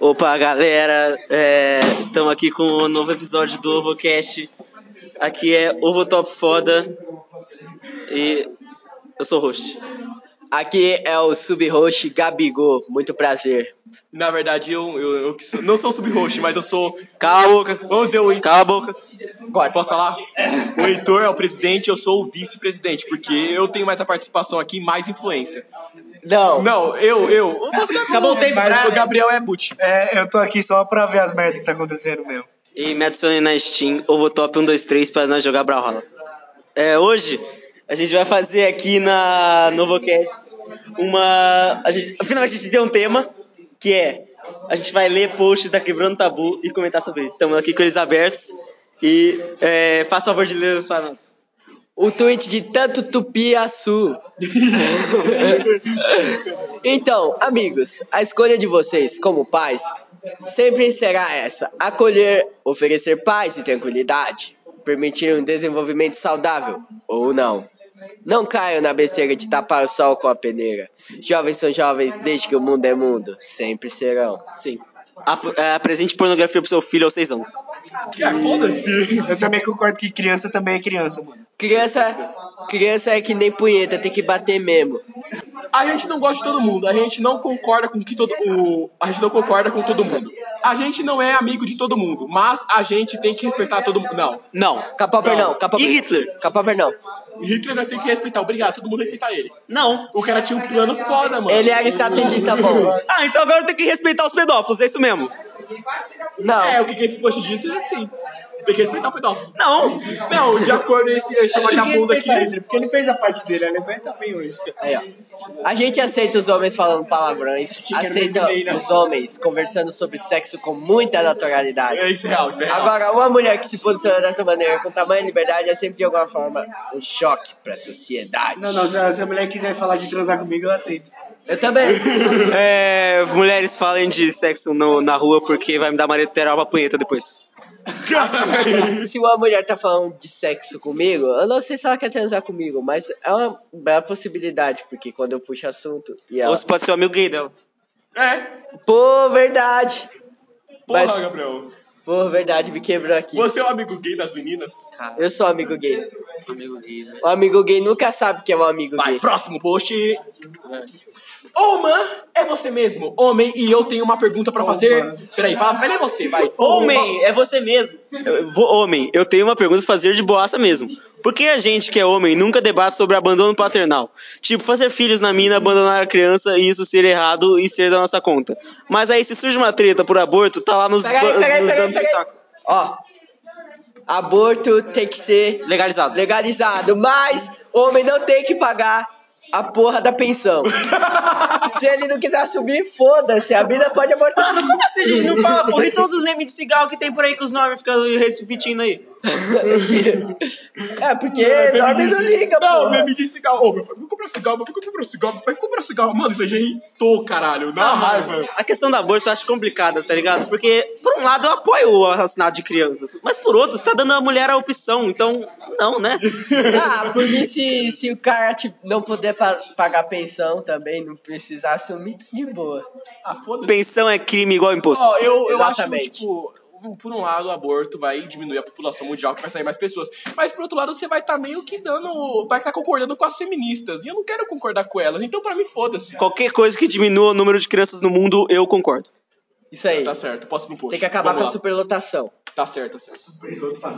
Opa, galera, estamos aqui com o um novo episódio do OvoCast. Aqui é Ovo Top Foda e eu sou o host. Aqui é o sub-host Gabigol, muito prazer. Na verdade, eu, eu, eu que sou- não sou sub-host, mas eu sou. Cala a boca, Vamos dizer, o, Heitor- cala a boca. Agora, posso falar? O Heitor é o presidente, eu sou o vice-presidente, porque eu tenho mais a participação aqui, mais influência. Não, Não, eu, eu. Você Acabou o tempo, O Gabriel é boot. É, eu tô aqui só pra ver as merdas que tá acontecendo mesmo. E me adicione na Steam, Ovotop 123 para nós jogar Brawlhalla. É, hoje a gente vai fazer aqui na Novocast uma. A gente, finalmente a gente tem um tema que é. A gente vai ler posts da Quebrando Tabu e comentar sobre isso. Estamos aqui com eles abertos e é, faça o favor de ler para nós. o tweet de tanto Tupiaçu. então, amigos, a escolha de vocês como pais sempre será essa: acolher, oferecer paz e tranquilidade, permitir um desenvolvimento saudável ou não. Não caiam na besteira de tapar o sol com a peneira. Jovens são jovens desde que o mundo é mundo, sempre serão. Sim. Ap- é, apresente pornografia pro seu filho aos 6 anos. Ah, Foda-se. Eu também concordo que criança também é criança, mano. Criança, criança é que nem punheta, tem que bater mesmo. A gente não gosta de todo mundo, a gente não concorda com que todo o, a gente não concorda com todo mundo. A gente não é amigo de todo mundo, mas a gente tem que respeitar todo mundo. Não. Não. Capover não, E capover. Hitler? Capover não. Hitler nós temos que respeitar, obrigado, todo mundo respeitar ele. Não. O cara tinha um plano foda, mano. Ele era estrategista bom. Ah, então agora eu tenho que respeitar os pedófilos, é isso mesmo? É, Não, o que, que esse post diz é assim. Tem que respeitar o pedófilo. Não. Não, de acordo com esse, esse vagabundo aqui. porque ele fez a parte dele, a Alemanha também hoje. aí ó. A gente aceita os homens falando palavrões, aceita os homens conversando sobre sexo com muita naturalidade. É isso é real, isso é real. Agora, uma mulher que se posiciona dessa maneira com tamanha liberdade é sempre de alguma forma um choque pra sociedade. Não, não, se a, se a mulher quiser falar de transar comigo, eu aceito. Eu também. É, mulheres falem de sexo no- na rua porque vai me dar marido teral pra punheta depois. se uma mulher tá falando de sexo comigo, eu não sei se ela quer transar comigo, mas é uma bela possibilidade, porque quando eu puxo assunto e ela. Ou você pode ser o amigo gay dela. É, Pô, verdade! porra, Mas- Gabriel. Pô, verdade, me quebrou aqui. Você é o amigo gay das meninas? Eu sou amigo gay. Amigo gay, né? O amigo gay nunca sabe que é um amigo Vai, gay. próximo post. Oma é você mesmo, homem, e eu tenho uma pergunta pra fazer. Peraí, fala, peraí você, vai. Homem, é você mesmo. Eu vou- homem, eu tenho uma pergunta pra fazer de boaça mesmo. Por que a gente que é homem nunca debate sobre abandono paternal? Tipo, fazer filhos na mina, abandonar a criança e isso ser errado e ser da nossa conta. Mas aí se surge uma treta por aborto, tá lá nos... Peraí, ba- peraí, nos peraí, anos- peraí. Ó, aborto tem que ser Legalizado. legalizado, mas homem não tem que pagar a porra da pensão. Se ele não quiser assumir, foda-se, a vida pode abortar. Mano, como assim a gente não fala, porra? E todos os memes de cigarro que tem por aí que os normas ficam repetindo aí? É, porque dorme não liga, Não, pô. meme de cigarro. Ô, meu pai, vou comprar cigarro, meu pai, vou comprar um cigarro, meu pai, vou comprar cigarro. Mano, isso aí já irritou, caralho, na raiva. A questão do aborto eu acho complicada, tá ligado? Porque, por um lado, eu apoio o assassinato de crianças, mas por outro, você tá dando à mulher a opção, então, não, né? Ah, por mim, se, se o cara tipo, não puder fa- pagar pensão também, não precisar assumir, tá de boa. Ah, foda-se. Pensão é crime igual imposto. Ó, eu, eu acho, Exatamente. tipo, um- por um lado, o aborto vai diminuir a população mundial, que vai sair mais pessoas. Mas, por outro lado, você vai estar meio que dando. Vai estar concordando com as feministas. E eu não quero concordar com elas. Então, pra mim, foda-se. Qualquer coisa que diminua o número de crianças no mundo, eu concordo. Isso aí. Tá certo, posso me pôr. Tem que acabar com a superlotação. Tá certo, tá certo.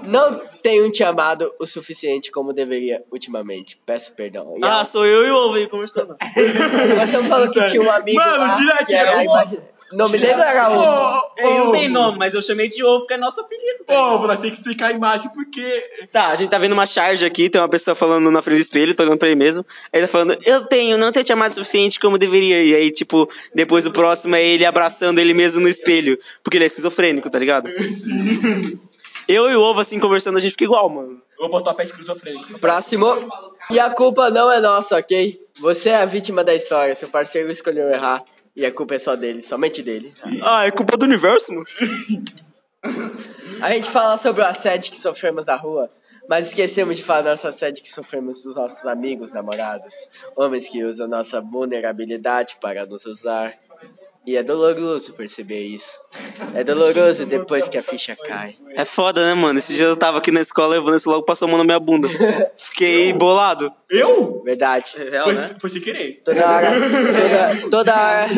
Não tenho te amado o suficiente como deveria ultimamente. Peço perdão. E Ah, sou eu e o Ovo aí conversando. ela- você não falou que tinha um amigo. Mano, lá, direto, que era cara, a o- imagem- O nome dele não era um. o. Ô, Ele não ô, tem nome, mas eu chamei de Ovo, porque é nosso apelido. tá Ô, nós tem que explicar a imagem, porque. Tá, a gente tá vendo uma charge aqui, tem uma pessoa falando na frente do espelho, tá olhando pra ele mesmo. Aí tá falando, eu tenho, não tenho te amado o suficiente como deveria. E aí, tipo, depois o próximo é ele abraçando ele mesmo no espelho. Porque ele é esquizofrênico, tá ligado? Eu e o Ovo, assim, conversando, a gente fica igual, mano. Eu vou botar pra esquizofrênico. Próximo. E a culpa não é nossa, ok? Você é a vítima da história. Seu parceiro escolheu errar. E a culpa é só dele, somente dele. Ah, é culpa do universo, mano. A gente fala sobre o assédio que sofremos na rua, mas esquecemos de falar do nosso assédio que sofremos dos nossos amigos, namorados, homens que usam nossa vulnerabilidade para nos usar. E é doloroso perceber isso. É doloroso depois que a ficha cai. É foda, né, mano? Esse dia eu tava aqui na escola e o Vanessa logo passou a mão na minha bunda. Fiquei bolado. Eu? Verdade. Real, Foi, né? foi sem querer. Toda hora, toda, toda hora,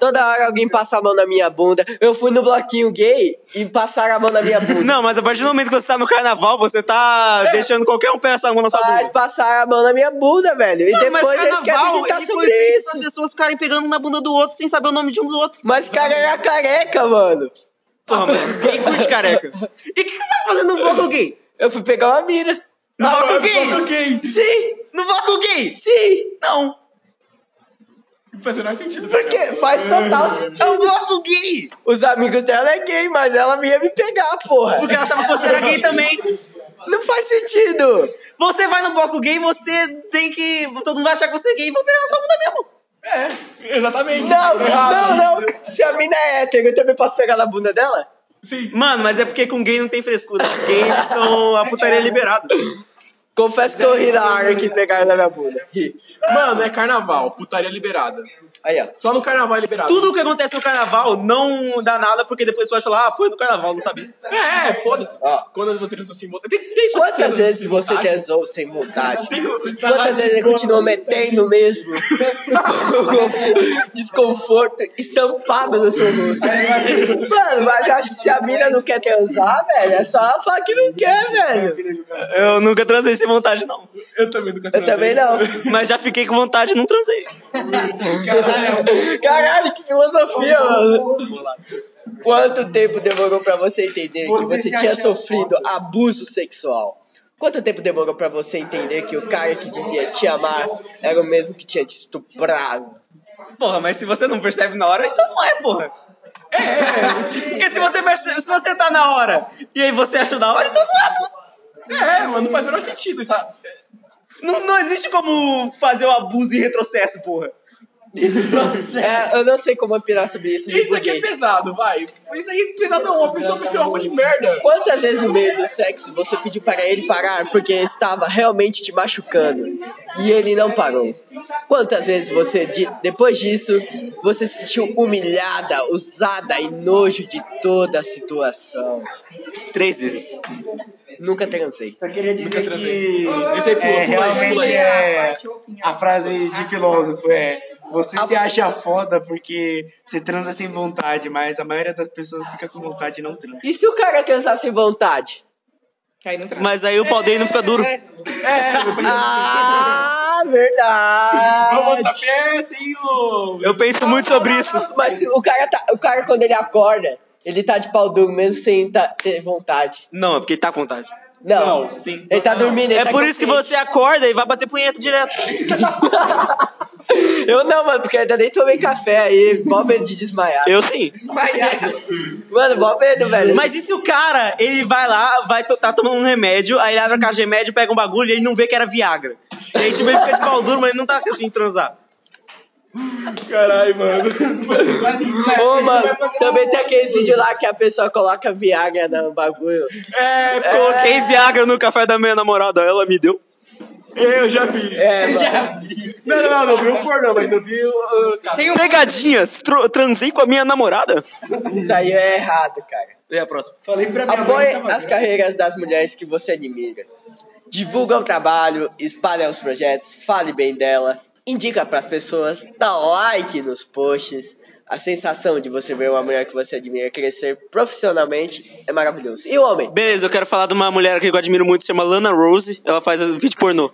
toda hora alguém passa a mão na minha bunda. Eu fui no bloquinho gay e passaram a mão na minha bunda. Não, mas a partir do momento que você tá no carnaval, você tá deixando qualquer um pegar essa mão na sua Mas bunda. passaram a mão na minha bunda, velho. E Não, mas depois eles querem carnaval, gritar ele sobre proíbe isso. As pessoas ficarem pegando na bunda do outro sem saber o nome de um do outro. Mas cara era careca, mano. Porra, mas quem curte careca? E o que, que você tá fazendo no bloco gay? Eu fui pegar uma mina. No bloco Bloco gay? gay. Sim, No bloco gay? sim. Não. Faz o menor sentido. Porque faz total sentido. É um bloco gay. Os amigos dela é gay, mas ela ia me pegar, porra. Porque ela achava que você era gay também. Não faz sentido. Você vai no bloco gay, você tem que. Todo mundo vai achar que você é gay e vão pegar na sua bunda mesmo. É, exatamente. Não, não, Errado. não. Se a mina é hétero, eu também posso pegar na bunda dela? Sim. Mano, mas é porque com gay não tem frescura. Gays são a putaria liberada. Confesso que eu ri na hora que pegaram na minha bunda. Ri. Mano, é carnaval, putaria liberada. Aí, ó. Só no carnaval é liberado. Tudo o que acontece no carnaval não dá nada, porque depois você vai falar, ah, foi no carnaval, não sabia. É, é, foda-se. Ó. Quando você transou sem vontade. Tem, tem Quantas um vezes você vontade? transou sem vontade? Tem- Quantas vezes ele continuou metendo mesmo? Desconforto estampado no seu rosto. Mano, mas eu acho que se a mina não quer transar, velho, é só ela falar que não quer, velho. Eu nunca transei sem vontade, não. Eu também nunca Eu também não. Mas já fiquei com vontade e não transei. Caralho, que filosofia, mano. Quanto tempo demorou pra você entender que Você você se tinha achou sofrido abuso sexual? Quanto tempo demorou pra você entender que o cara que dizia te amar era o mesmo que tinha te estuprado? Porra, mas se você não percebe na hora, então não é, porra. É, porque se você, percebe, se você tá na hora e aí você achou da hora, então não é abuso. É, mano, não faz o menor sentido. Isso. Não, não existe como fazer o abuso e retrocesso, porra. É, eu não sei como opinar sobre isso, me Isso aqui é buguei. pesado, vai. Isso aí é pesado, não. Uma pessoa me fez algo de merda. Quantas vezes no meio do sexo você pediu para ele parar porque estava realmente te machucando e ele não parou? Quantas vezes você, de- depois disso, você se sentiu humilhada, usada e nojo de toda a situação? Três vezes. Nunca transei. Só queria dizer Nunca que Esse aí pula, é, pula aí, pula realmente aí. é a frase de filósofo é você Ah, se acha foda porque você transa sem vontade, mas a maioria das pessoas fica com vontade e não transa. E se o cara transar sem vontade? Mas aí o pau dele não fica duro. Ah, Vamos verdade! tá perto, hein, ô. Eu penso muito sobre isso. Mas se o cara, tá, o cara quando ele acorda, ele tá de pau duro mesmo sem tá- ter vontade. Não, é porque ele tá com vontade. Não, Não, sim. ele tá dormindo. Ele É tá por isso que consciente. você acorda e vai bater punheta direto. Eu não, mano, porque eu ainda nem tomei café aí. Mó medo de desmaiar. Eu sim. Mano, mó medo, velho. Mas e se o cara, ele vai lá, vai to- tá tomando um remédio, aí ele abre a caixa de remédio, pega um bagulho e ele não vê que era Viagra. E aí, tipo, ele fica de pau duro, mas ele não tá afim de transar. Caralho, mano. Ô, mano, também tem aqueles vídeos lá que a pessoa coloca Viagra no bagulho. É, pô. Coloquei Viagra no café da minha namorada, ela me deu. Eu já vi. É, mano. Não, não, não, não vi o pornô, mas eu vi o. o- cara. Pegadinhas, tro- transei com a minha namorada. Isso aí é errado, cara. É a próxima. Falei pra minha mãe Apoie que tava as carreiras das mulheres que você admira. Divulga o trabalho, espalha os projetos, fale bem dela, indica pras pessoas, dá like nos posts. A sensação de você ver uma mulher que você admira crescer profissionalmente é maravilhoso. E o homem? Beleza, eu quero falar de uma mulher que eu admiro muito, se chama Lana Rose. Ela faz vídeo pornô.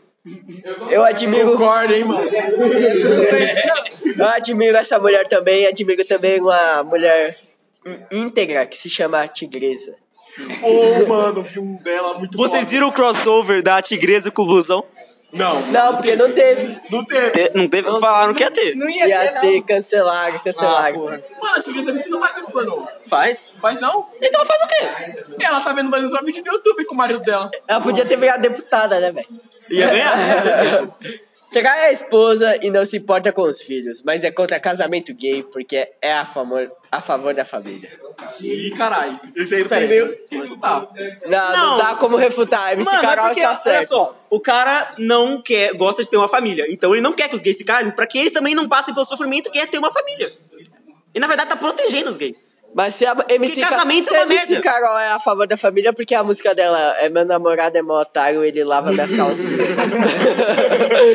Eu admiro Concorda, hein, mano. Eu admiro essa mulher também, admiro também uma mulher í- íntegra que se chama Tigresa. Ô, mano, vi um dela muito Vocês foda. viram o crossover da tigresa com o blusão? Não, Não, porque não teve. não teve. Te- não teve, falaram que ia ter. Ia ter, cancelaram, Ah, cancelaram. Mano, a Tigresa Bic não faz mais pornô. Faz? Faz não? Então faz o quê? Ela tá vendo mais um vídeo no YouTube com o marido dela. Ela podia ter virado deputada, né, velho? Ia É, ganhar, com certeza. Trai a esposa e não se importa com os filhos, mas é contra casamento gay porque é a favor, a favor da família. Ih, caralho. Esse aí não tem nem o que tá. refutar. Não, Não. não, dá como refutar. MC Mano, é Carol tá porque, está olha certo. só, o cara não quer, gosta de ter uma família. Então ele não quer que os gays se casem pra que eles também não passem pelo sofrimento que é ter uma família. E na verdade tá protegendo os gays. Mas se a MC, Ca- casamento se é a uma MC merda. Carol é a favor da família, porque a música dela é Meu namorado é mó otário, ele lava minhas calcinhas.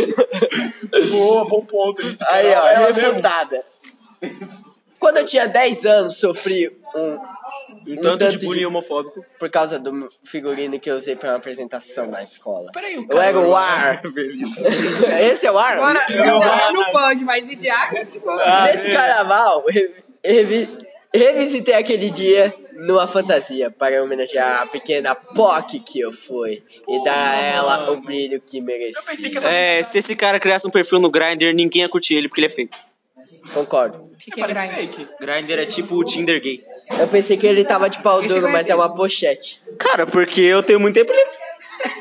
Boa, bom ponto. Esse cara, Aí, ó, é ela mesmo. refutada. Quando eu tinha 10 anos, sofri um. Um Um tanto, tanto de de- bullying homofóbico. Por causa do figurino que eu usei pra uma apresentação na escola. Peraí, o Eu cara. era o ar. Esse é o ar? Agora, Eu- agora não pode, mas de água, tipo. Ah, Nesse carnaval, re- revi- revisitei aquele dia numa fantasia para homenagear a pequena POC que eu fui e dar a ela o brilho que merecia. Eu pensei que essa. É, se esse cara criasse um perfil no Grindr, ninguém ia curtir ele, porque ele é fake. Concordo. Que que é Parece grind? fake. Grindr é tipo o Tinder gay. Eu pensei que ele tava de pau Esse duro, mas é uma conhece. pochete. Cara, porque eu tenho muito tempo livre.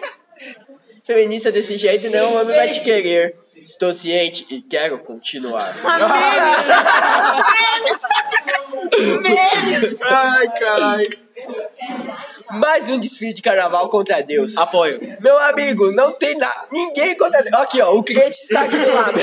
Feminista desse jeito, nenhum homem vai te querer. Estou ciente e quero continuar. Ai, caralho. Mais um desfile de carnaval contra Deus. Apoio. Meu amigo, não tem nada. Ninguém contra Deus. Aqui, ó, o crente está aqui do lado.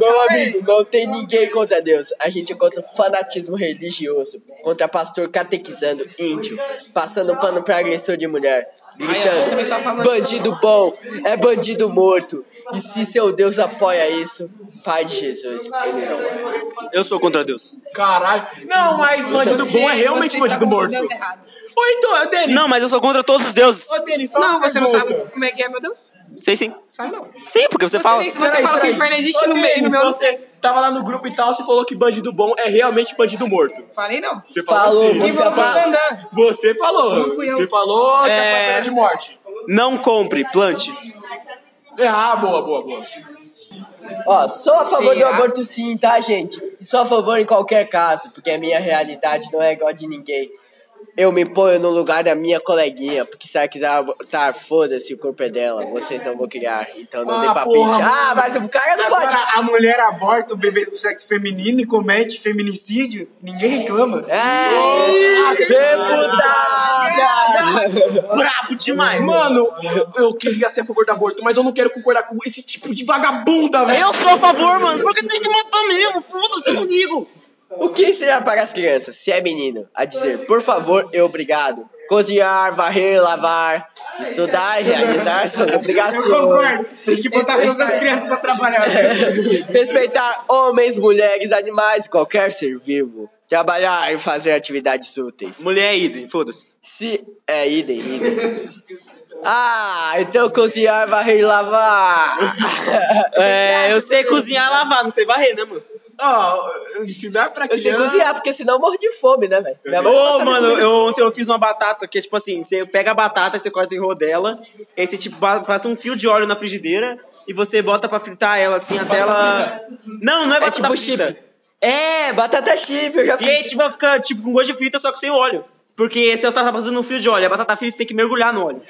Meu amigo, não tem ninguém contra Deus. A gente é contra o fanatismo religioso, contra pastor catequizando índio, passando pano pra agressor de mulher, gritando: bandido bom é bandido morto. E se seu Deus apoia isso, Pai de Jesus, ele não é. Eu sou contra Deus. Caralho. Não, mas bandido Você- bom é realmente você bandido tá com morto. Deus errado. Ou então, Denis. Não, mas eu sou contra todos os deuses. Ô, Denis, só Não, uma você não pergunta. sabe como é que é, meu Deus? Sei sim. Sabe não. Você, Sim, porque você, fala. nem- se você Peraí, fala que o peraí. inferno existe Ô, no meu, no Denis, meu não você tava lá no grupo e tal, você falou que bandido bom é realmente bandido morto. Falei não. Você falou, Falou, assim. E você vou fala. andar. Você falou. Não fui eu. Você falou que é É. a pena de morte. Não compre, plante. Ah, boa, boa, boa. Ó, sou a favor do Será? aborto sim, tá, gente? E sou a favor em qualquer caso, porque a minha realidade não é igual a de ninguém. Eu me ponho no lugar da minha coleguinha, porque se ela quiser abortar, foda-se, o corpo é dela, vocês não vão criar, então não Ah, dê papite. porra, Ah, mas o cara não pode. Agora, a mulher aborta o bebê do sexo feminino e comete feminicídio, ninguém reclama. É, deputada! Brabo demais. Mano, eu queria ser a favor do aborto, mas eu não quero concordar com esse tipo de vagabunda, É. velho. Eu sou a favor, mano. Porque tem que matar mesmo. Foda-se comigo. O que ensinar para as crianças, se é menino, a dizer por favor e obrigado? Cozinhar, varrer, lavar, estudar e realizar suas Eu obrigações. concordo, tem que Tá, botar é, todas as crianças pra trabalhar. Respeitar homens, mulheres, animais, qualquer ser vivo. Trabalhar e fazer atividades úteis. Mulher é idem, foda-se. Se é idem, idem. Ah, então cozinhar, varrer e lavar. É, eu sei cozinhar e lavar, não sei varrer, né, mano? Ó, ensinar Ah, pra Eu sei criança... cozinhar, porque senão eu morro de fome, né, velho? Minha mãe Ô, tá mano, fazendo eu, ontem eu fiz uma batata que é tipo assim: você pega a batata, você corta em rodela, aí você tipo, ba- passa um fio de óleo na frigideira e você bota pra fritar ela assim até ela. Não, não é batata tipo frita. chip. É, batata chip, eu já E aí fiz. tipo, ela fica tipo com gosto de frita, só que sem óleo. Porque se você tá passando um fio de óleo, a batata frita você tem que mergulhar no óleo.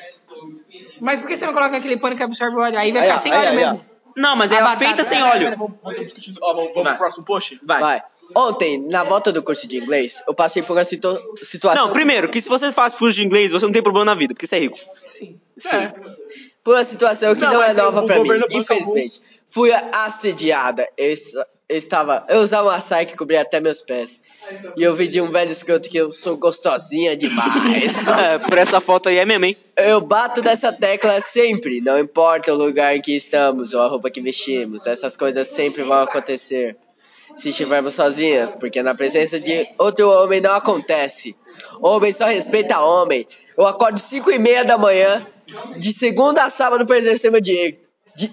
Mas por que você não coloca aquele pano que absorve o óleo? Aí vai Aí, ficar ó, sem aí, óleo aí, mesmo. né? Não, mas A ela é batata- feita sem pera, pera, óleo. Vamos, vamos discutir. Ó, vamos, vamos Vai. pro próximo post? Vai. Vai. Ontem, na volta do curso de inglês, eu passei por uma situ- situação... Não, primeiro, que se você faz curso de inglês, você não tem problema na vida, porque você é rico. Sim. Sim. Por uma situação que Não, não, é mas o- nova o pra mim, governo banca infelizmente. Fui assediada. Eu, es- eu estava, eu usava uma saia que cobria até meus pés. E eu vi de um velho escroto que eu sou gostosinha demais. É, por essa foto aí é mesmo, hein? eu bato nessa tecla sempre. Não importa o lugar em que estamos ou a roupa que vestimos. Essas coisas sempre vão acontecer. Se estivermos sozinhas, porque na presença de outro homem não acontece. Homem só respeita homem. Eu acordo 5 e meia da manhã, de segunda a sábado, para exercer meu direito de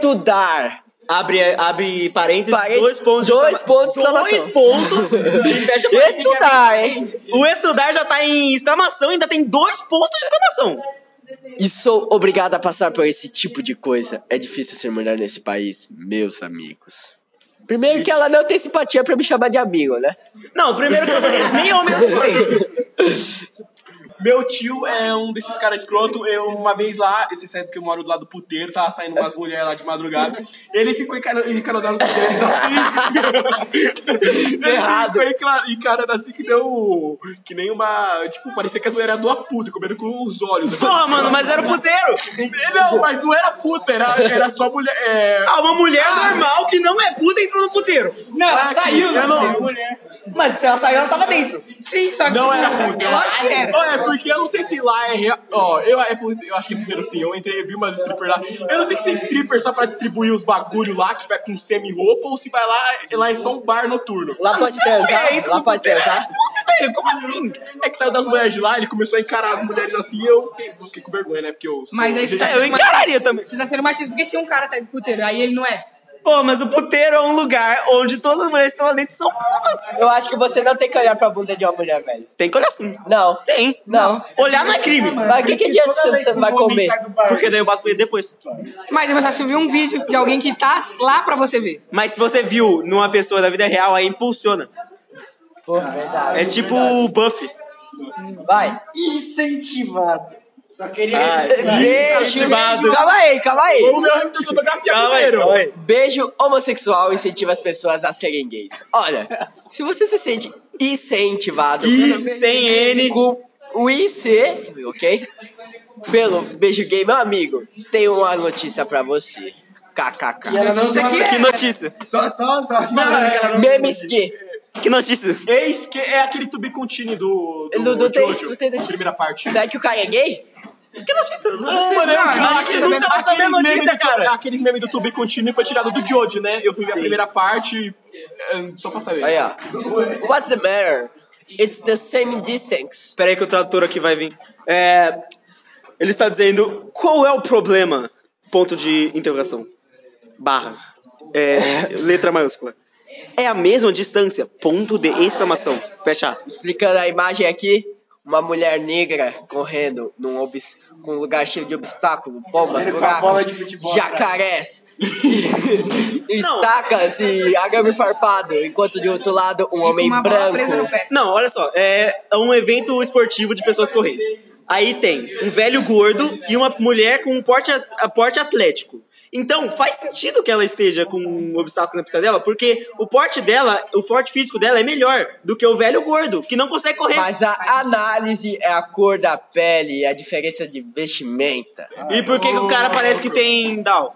estudar. Abre, abre parênteses, Parênteses, dois pontos. dois exclama- pontos de Dois exclamação. pontos e fecha parênteses. Estudar, hein? O estudar já tá em exclamação, ainda tem dois pontos de exclamação. E sou obrigado a passar por esse tipo de coisa. É difícil ser mulher nesse país, meus amigos. Primeiro que ela não tem simpatia pra me chamar de amigo, né? é Não, primeiro que eu nem homem eu sou. Meu tio é um desses caras escroto. Eu, uma vez lá, você sabe que eu moro do lado do puteiro, tava saindo umas mulheres lá de madrugada. Ele ficou encara- encarando as mulheres assim. Errado. Ele ficou enca- encarando assim que deu. um- Que nem uma. Tipo, parecia que as mulheres eram duas putas, comendo com os olhos. Porra, mano, mas era o puteiro. Não, mas não era puta, era, era só mulher. É... Ah, uma mulher normal que não é puta entrou no puteiro. Não, ela Ah, saiu, que- eu não- Mulher. Mas se ela saiu, ela tava dentro. Sim, só que. Não era puta. É lógico que era. Ó, é porque eu não sei se lá é real. Ó, eu, é por- eu acho que é puteiro sim. Eu entrei, eu vi umas strippers lá. Eu não sei se tem stripper só pra distribuir os bagulho lá, que vai com semi-roupa, ou se vai lá, lá é só um bar noturno. Lá pode transar, lá pode transar. é Velho, como assim? É que saiu das mulheres de lá, ele começou a encarar as mulheres assim, eu fiquei, fiquei com vergonha, né? Porque eu. sou- Mas aí você tá Eu sendo encararia também. Você tá sendo machista, porque se um cara sai do puteiro, aí ele não é. Pô, mas o puteiro é um lugar onde todas as mulheres que estão lá dentro são putas. Eu acho que você não tem que olhar pra bunda de uma mulher, velho. Tem que olhar assim. Não, Tem. não. Olhar não é crime. Mas o que, que adianta se você não vai comer? Porque daí eu bato punheta depois. Mas é mais fácil ver um vídeo de alguém que tá lá pra você ver. Mas se você viu numa pessoa da vida real, aí impulsiona. Porra, verdade. É tipo o Buff. Vai. Incentivado. Só queria. Beijo. incentivado. Calma aí, calma aí. assim. O meu ramo de fotografia Calma aí, primeiro. calma aí. Beijo homossexual incentiva as pessoas a serem gays. Olha, se você se sente incentivado I sem N. com o IC, ok? Pelo beijo gay, meu amigo, tem uma notícia pra você. E KKK. ela não Isso aqui é Que notícia? Só, só, só. Memes que. Que notícia? Ex que é aquele tubiccontinho do. Do- do- tem- Jojo, do- tem notícia. Primeira parte. Será que o cara é gay? Que notícia? Ah, Não, mano, eu Não, acho a gente que tá nunca vai saber aqueles notícia, memes do- cara. Aqueles memes do Tube Contínuo foi tirado do Jojo, né? Eu fui ver a primeira parte, eh, só pra saber. Aí, ó. What's the matter? It's the same distance. Espera aí que o tradutor aqui vai vir. É, ele está dizendo qual é o problema? Ponto de interrogação. Barra. É, letra maiúscula. É a mesma distância. Ponto de exclamação. Fecha aspas. Explicando a imagem aqui, uma mulher negra correndo num, obs- com um lugar cheio de obstáculo, bombas, Correndo com a buracos, bola de futebol, jacarés, Não. estacas e arame farpado, enquanto de outro lado um homem uma bola presa no branco. pé. Não, olha só. É um evento esportivo de pessoas correndo. Aí tem um velho gordo e uma mulher com um porte, a- porte atlético. Então, faz sentido que ela esteja com obstáculos na pista dela, porque o porte dela, o porte físico dela é melhor do que o velho gordo, que não consegue correr. Mas a análise é a cor da pele, é a diferença de vestimenta. E por que, que o cara parece que tem Down?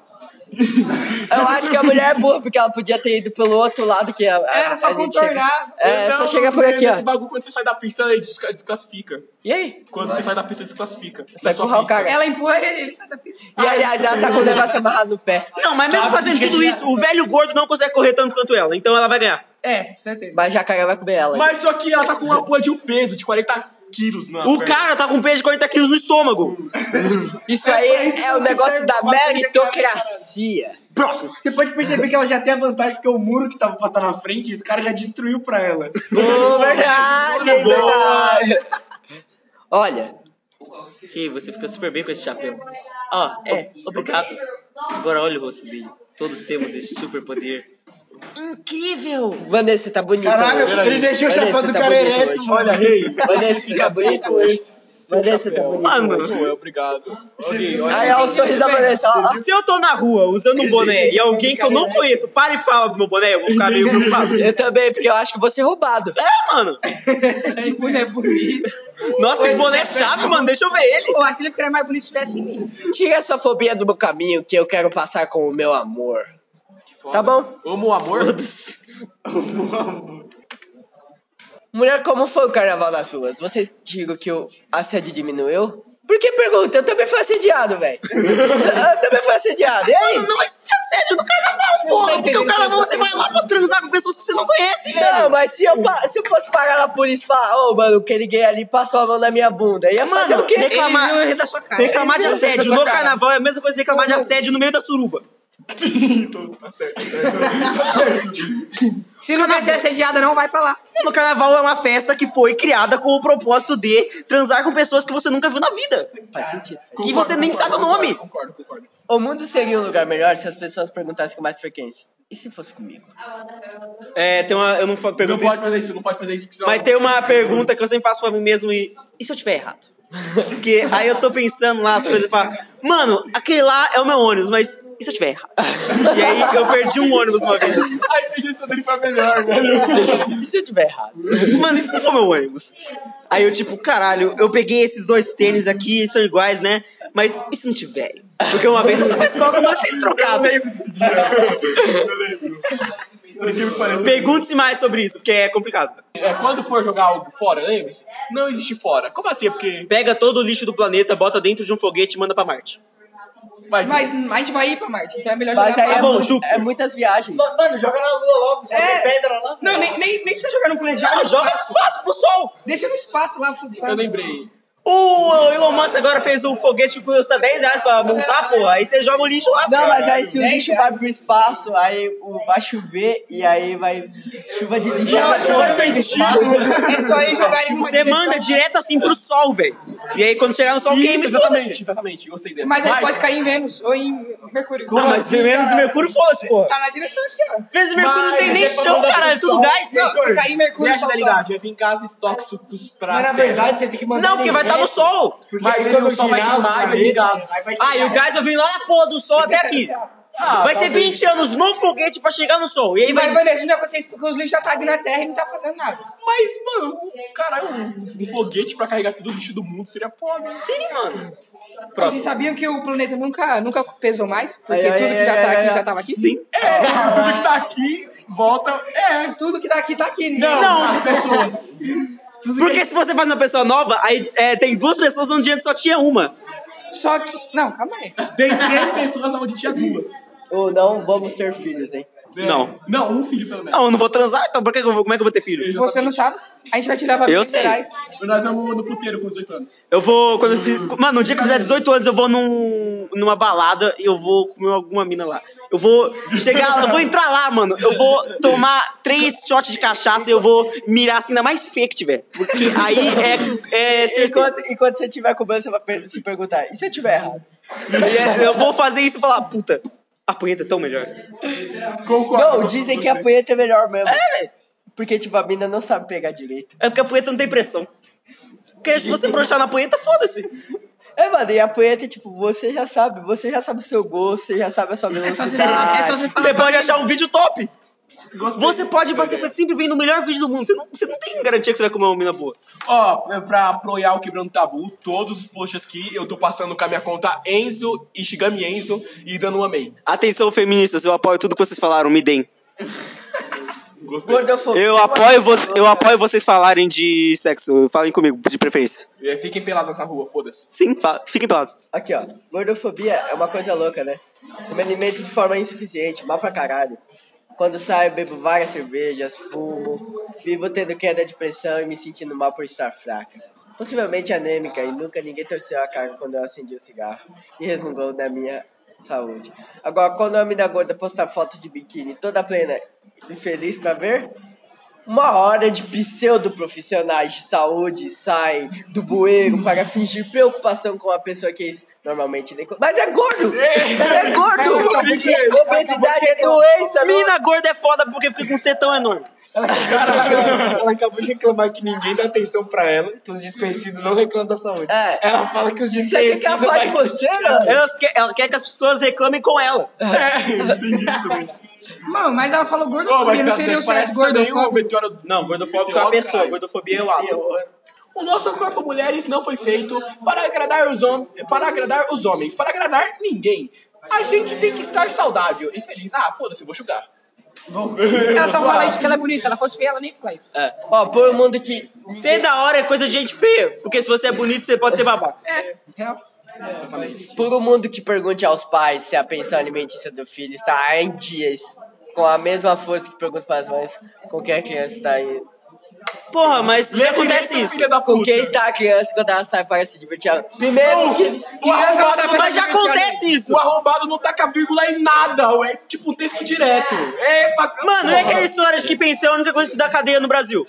Eu acho que a mulher é burra, porque ela podia ter ido pelo outro lado que a. a- É, Era É, só a gente contornar. chega. É, Então, só chegar por aqui, Esse ó. bagulho, quando você sai da pista, ele desca- desclassifica. E aí? Quando você sai da pista, desclassifica. Só Da sua empurrar o pista. cara. Ela empurra ele, ele sai da pista. E aliás, ela tá com o negócio amarrado no pé. Não, mas mesmo fazendo tudo isso, o velho gordo não consegue correr tanto quanto ela, então ela vai ganhar. É, certeza. Mas jacaré vai comer ela. Mas só que ela tá com uma porra de um peso de 40 quilos na O perna. cara tá com um peso de 40 quilos no estômago. Isso aí por isso que é o você negócio serve da pra bater meritocracia. Próximo. Você pode perceber que ela já tem a vantagem, porque é o muro que tava pra estar na frente, os caras já destruiu pra ela. Oh, verdade, hein, Boa. verdade. Olha, Que você fica super bem com esse chapéu. Ah, é, obrigado. Agora olha o rosto dele. Todos temos esse super poder. Incrível! Vanessa tá bonito. Caralho, hoje. ele deixou o Vanessa chapéu do tá cara bonito ereto, hoje. mano. é Olha, rei. Vanessa tá bonito hoje. Vanessa tá bonito Mano. hoje. Ué, obrigado. Ok, olha. Aí, ó, o sorriso da Vanessa. ó, ó. Se assim eu tô na rua usando um boné e alguém que eu não conheço para e fala do meu boné, eu vou ficar meio preocupado. Eu também, porque eu acho que vou ser roubado. É, mano. Que mulher bonita. Nossa, que boné é chato, mano. Deixa eu ver ele. Eu acho que ele ficaria mais bonito se estivesse em mim. Tira essa fobia do meu caminho que eu quero passar com o meu amor. Tá bom? Amo o amor. Mulher, como foi o carnaval das ruas? Vocês digam que o assédio diminuiu? Por que pergunta? Eu também fui assediado, velho. eu também fui assediado. E aí? Mano, não é assédio do carnaval, porra. Porque o carnaval você vai lá pra transar com pessoas que você não conhece, Não, velho. mas se eu, pa- se eu fosse parar na polícia e falar, ô, mano, aquele gay ali passou a mão na minha bunda, ia fazer Mano, o quê? reclamar, Ele viu da sua cara. reclamar de Ele viu assédio essa no cara. carnaval é a mesma coisa que reclamar de assédio no meio da suruba. Então, tá certo. tá certo. Se não vai ser assediada, não vai pra lá. Mano, o carnaval é uma festa que foi criada com o propósito de transar com pessoas que você nunca viu na vida. Faz sentido. E você nem sabe o nome. Concordo, concordo. O mundo seria um lugar melhor se as pessoas perguntassem com mais frequência. E se fosse comigo? É, tem uma. Eu não fa- Não pergunto pode isso. fazer isso, não pode fazer isso. que senão- Mas tem uma pergunta que eu sempre faço pra mim mesmo e. E se eu tiver errado? Porque aí eu tô pensando lá as coisas e falo, mano, aquele lá é o meu ônibus, mas e se eu tiver errado? E aí eu perdi um ônibus uma vez. A inteligência dele foi melhor, velho. E se eu tiver errado? Mano, isso não foi meu ônibus. Aí eu, tipo, caralho, eu peguei esses dois tênis aqui, eles são iguais, né? Mas e se não tiver? Porque uma vez eu tava na escola com dois tênis trocados. Por um incrível que pareça. Pergunte-se mais sobre isso, porque é complicado. É, quando for jogar algo fora, lembre-se, não existe fora. Como assim? É porque. Pega todo o lixo do planeta, bota dentro de um foguete e manda pra Marte. Mas, Mas, mas a gente vai ir pra Marte, então é melhor Mas jogar aí pra é, bom, mu- Júpiter. é muitas viagens. Mano, joga na lua logo, só É. tem pedra lá. Não, nem, nem, nem precisa jogar no planeta. Joga, Ah, no joga espaço. espaço pro sol! Deixa no espaço lá. eu lembrei. O Elon Musk agora fez um foguete que custa 10 reais pra montar, porra. Aí você joga o lixo lá. Não, porra. é- mas aí se o Dez lixo vai pro espaço, aí o- vai chover e aí vai chuva de lixo. Não, mas não vai faz pro sentido. espaço. É só ir jogar em uma Você direção. manda direto assim pro sol, velho. E aí assim. quando chegar no sol, queima Isso, e foda-se. exatamente, exatamente. Gostei dessa. Mas aí Vai. pode cair em Vênus ou em Mercúrio. Não, mas primeiro de Mercúrio fosse, porra. Tá na direção aqui, ó. Vezes Mercúrio não tem Mas nem é pra chão, mandar pro caralho, é tudo sol. gás. Não, se cair em Mercúrio, né? Viagem da idade, vai vir gases tóxicos pra. é Mas na Terra. verdade você tem que mandar. Não, porque vai estar no sol. Porque mas ele o sol vai queimar e vai vir gases. Ah, e o gás vai vir lá na porra do sol até aqui. É, Ah, Vai ter talvez. 20 anos no foguete pra chegar no sol. E aí Mas, vai. Vanessa, não é vocês porque os lixos já tá aqui na Terra e não tá fazendo nada. Mas, mano, caralho, um, um foguete pra carregar todo o lixo do mundo seria foda. Sim, mano. Vocês sabiam que o planeta nunca, nunca pesou mais? Porque Ai, ai, tudo que já ai, tá ai, aqui ai. já tava aqui? Sim. É, tudo que tá aqui volta. É. Tudo que tá aqui tá aqui. Ninguém- as pessoas. Porque se você faz uma pessoa nova, aí é, tem duas pessoas onde antes só tinha uma. Só que. Não, calma aí. Tem três pessoas onde tinha duas. Ou não vamos ter filhos, hein? né? Não. Não, um filho pelo menos. Não, eu não vou transar, então por que que eu vou- como é que eu vou ter filho? Você não sabe? A gente vai te levar pra Eu Minas sei. Gerais. Nós vamos no puteiro com 18 anos. Eu vou. Quando eu fiz- mano, no dia que eu fizer 18 anos, eu vou num- numa balada e eu vou comer alguma mina lá. Eu vou chegar lá, eu vou entrar lá, mano. Eu vou tomar três shots de cachaça e eu vou mirar assim na mais feia que tiver. Porque aí é. é certeza. Enquanto, enquanto você estiver comendo, você vai per- se perguntar: e se eu tiver errado? E é- eu vou fazer isso e falar, puta, a punheta é tão melhor. Concordo. Não, dizem que a punheta é melhor mesmo. É, velho. Porque, tipo, a mina não sabe pegar direito. É porque a punheta não tem pressão. Porque se você broxar na punheta, foda-se. É, mano, e a punheta, tipo, você já sabe. Você já sabe o seu gosto, você já sabe a sua É só velocidade. você falar. É só você falar. Você pode achar um vídeo top. Gostei. Você pode bater pra sempre vem no melhor vídeo do mundo. Você não, você não tem garantia que você vai comer uma mina boa. Ó, é pra apoiar o Quebrando Tabu, todos os posts aqui eu tô passando com a minha conta Enzo, Ishigami Enzo e dando um amém. Atenção, feministas, eu apoio tudo que vocês falaram, me deem. Gostei. Gordofobia. Eu apoio, vo eu apoio vocês falarem de sexo. Falem comigo, de preferência. É, Fiquem peladas na rua, foda-se. Sim, fa- fiquem pelados. Aqui, ó. Gordofobia é uma coisa louca, né? Eu me alimento de forma insuficiente, mal pra caralho. Quando saio, bebo várias cervejas, fumo, vivo tendo queda de pressão e me sentindo mal por estar fraca. Possivelmente anêmica e nunca ninguém torceu a cara quando eu acendi o cigarro e resmungou da minha saúde. Agora, quando a mina gorda postar foto de biquíni toda plena e feliz pra ver, uma hora de pseudo-profissionais de saúde saem do bueiro para fingir preocupação com a pessoa que eles normalmente nem. con- Mas é gordo! Mas é gordo! tá Obesidade é doença, não Mina gorda é foda porque fica com um tetão enorme. Ela acabou de reclamar que ninguém dá atenção pra ela, que os desconhecidos não reclamam da saúde. É. Ela fala que os Isso aqui desconhecidos. que ela fala de vai- você, mano? Ela quer, ela quer que as pessoas reclamem com ela. Mano, mas ela falou Ô, gordofobia, mas não você seria o é certo parece também um o gordofobia. meteoro... Não, gordofóbico é uma meteoro, pessoa, caralho. gordofobia é o ato. O nosso corpo mulheres não foi feito para agradar os homens, para agradar os homens, para agradar ninguém. A gente tem que estar saudável e feliz. Ah, foda-se, eu vou chugar. Ela só fala isso porque ela é bonita. Se ela fosse feia, ela nem fala isso. É. Ó, por um mundo que. Ser da hora é coisa de gente feia, porque se você é bonito, você pode ser babaca. É, real. Por um mundo que pergunte aos pais se a pensão alimentícia do filho está em dias. Com a mesma força que pergunta para as mães com quem a criança está aí. Porra, mas já acontece isso. Filha da Com puta. quem está a criança quando ela sai para se divertir? Primeiro que. O arrombado, não tá- é Mas já acontece isso. o arrombado não tá com a vírgula em nada. É tipo um texto direto. É, pra- Mano, não é aquela história de que pensão é a única coisa que dá cadeia no Brasil.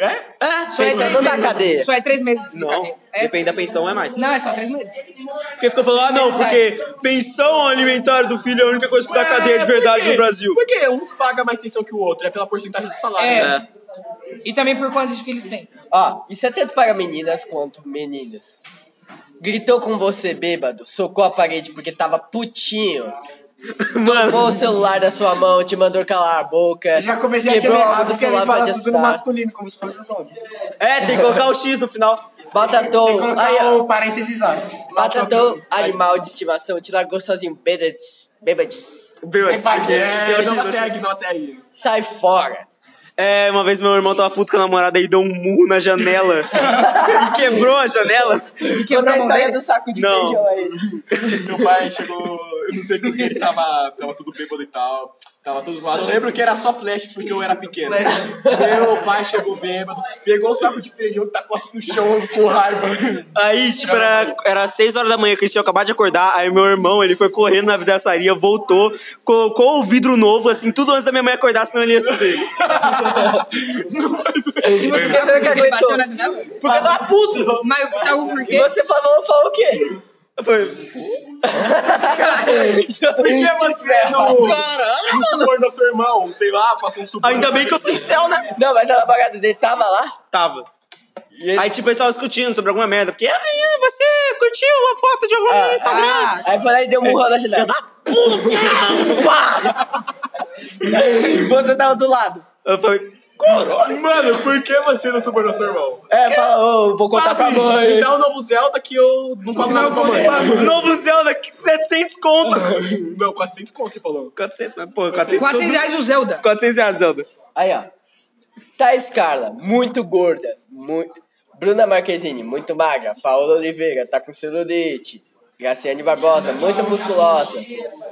É? É, Só é pensão três não dá meses. cadeia. Só é três meses de Não, cadeia. É. depende da pensão, é mais. Não, é só três meses. Porque ficou falando, ah não, porque pensão alimentar do filho é a única coisa que dá cadeia de verdade no Brasil. Por que uns pagam mais pensão que o outro? É pela porcentagem do salário. É. né? É. E também por quantos filhos tem. Ó, isso é tanto para meninas quanto meninos. Gritou com você bêbado, socou a parede porque tava putinho. Tomou o celular da sua mão, te mandou calar a boca. Eu já comecei a achar quebrou errado do porque ele celular pra fala te tudo no assustar. masculino, como se fosse os homens. É, tem que colocar o X no final. Bota Tem que tom, aí, colocar ó. o parênteses ó. Bata teu animal de estimação, te largou sozinho, bêbades, bêbades, Bêbado. É, não Bêbado. segue, não até aí. sai fora. É, uma vez meu irmão tava puto com a namorada e deu um murro na janela. e quebrou a janela. E quebrou a história do saco de Não. feijão aí. Meu pai chegou, eu não sei com que ele tava, tava tudo bêbado e tal. Tava tudo zoado. Eu lembro que era só flashes porque eu era pequeno. Meu pai chegou bêbado, pegou o saco de feijão e tacou assim no chão com raiva. Aí, tipo, era, era 6 horas da manhã que eles tinham acabado de acordar. Aí meu irmão, ele foi correndo na vidraçaria, voltou, colocou o vidro novo, assim, tudo antes da minha mãe acordar, senão ele ia se fuder. E você sabe que ele bateu na janela? Porque eu tava puto. Mas sabe por E quê? você falou, falou o quê? Eu falei, Porque é você não. Caralho, mano. seu irmão, sei lá, passou um suporte. ainda bem que eu sou em é céu, né? Não, mas a namorada dele tava lá? Tava. Aí, tipo, eles estavam discutindo sobre alguma merda. Porque, ah, você curtiu uma foto de alguma Ah, mulher no Instagram? Ah, Aí foi lá e deu um murro na Filha janela. da puta! Pá! Você tava do lado. Eu falei, Mano, por que você não subornou seu irmão? É, fala, ô, vou contar pra Assim, mãe. Me dá o novo Zelda que eu não falo nada pra mãe. novo Zelda, 700 conto! Não, 400 conto, você falou. 400, mas, pô, 400 400 reais o Zelda. 400 reais, Zelda. Aí, ó. Thais Carla, muito gorda. Muito... Bruna Marquezine, muito magra. Paola Oliveira, tá com celulite. Graciane Barbosa, muito musculosa.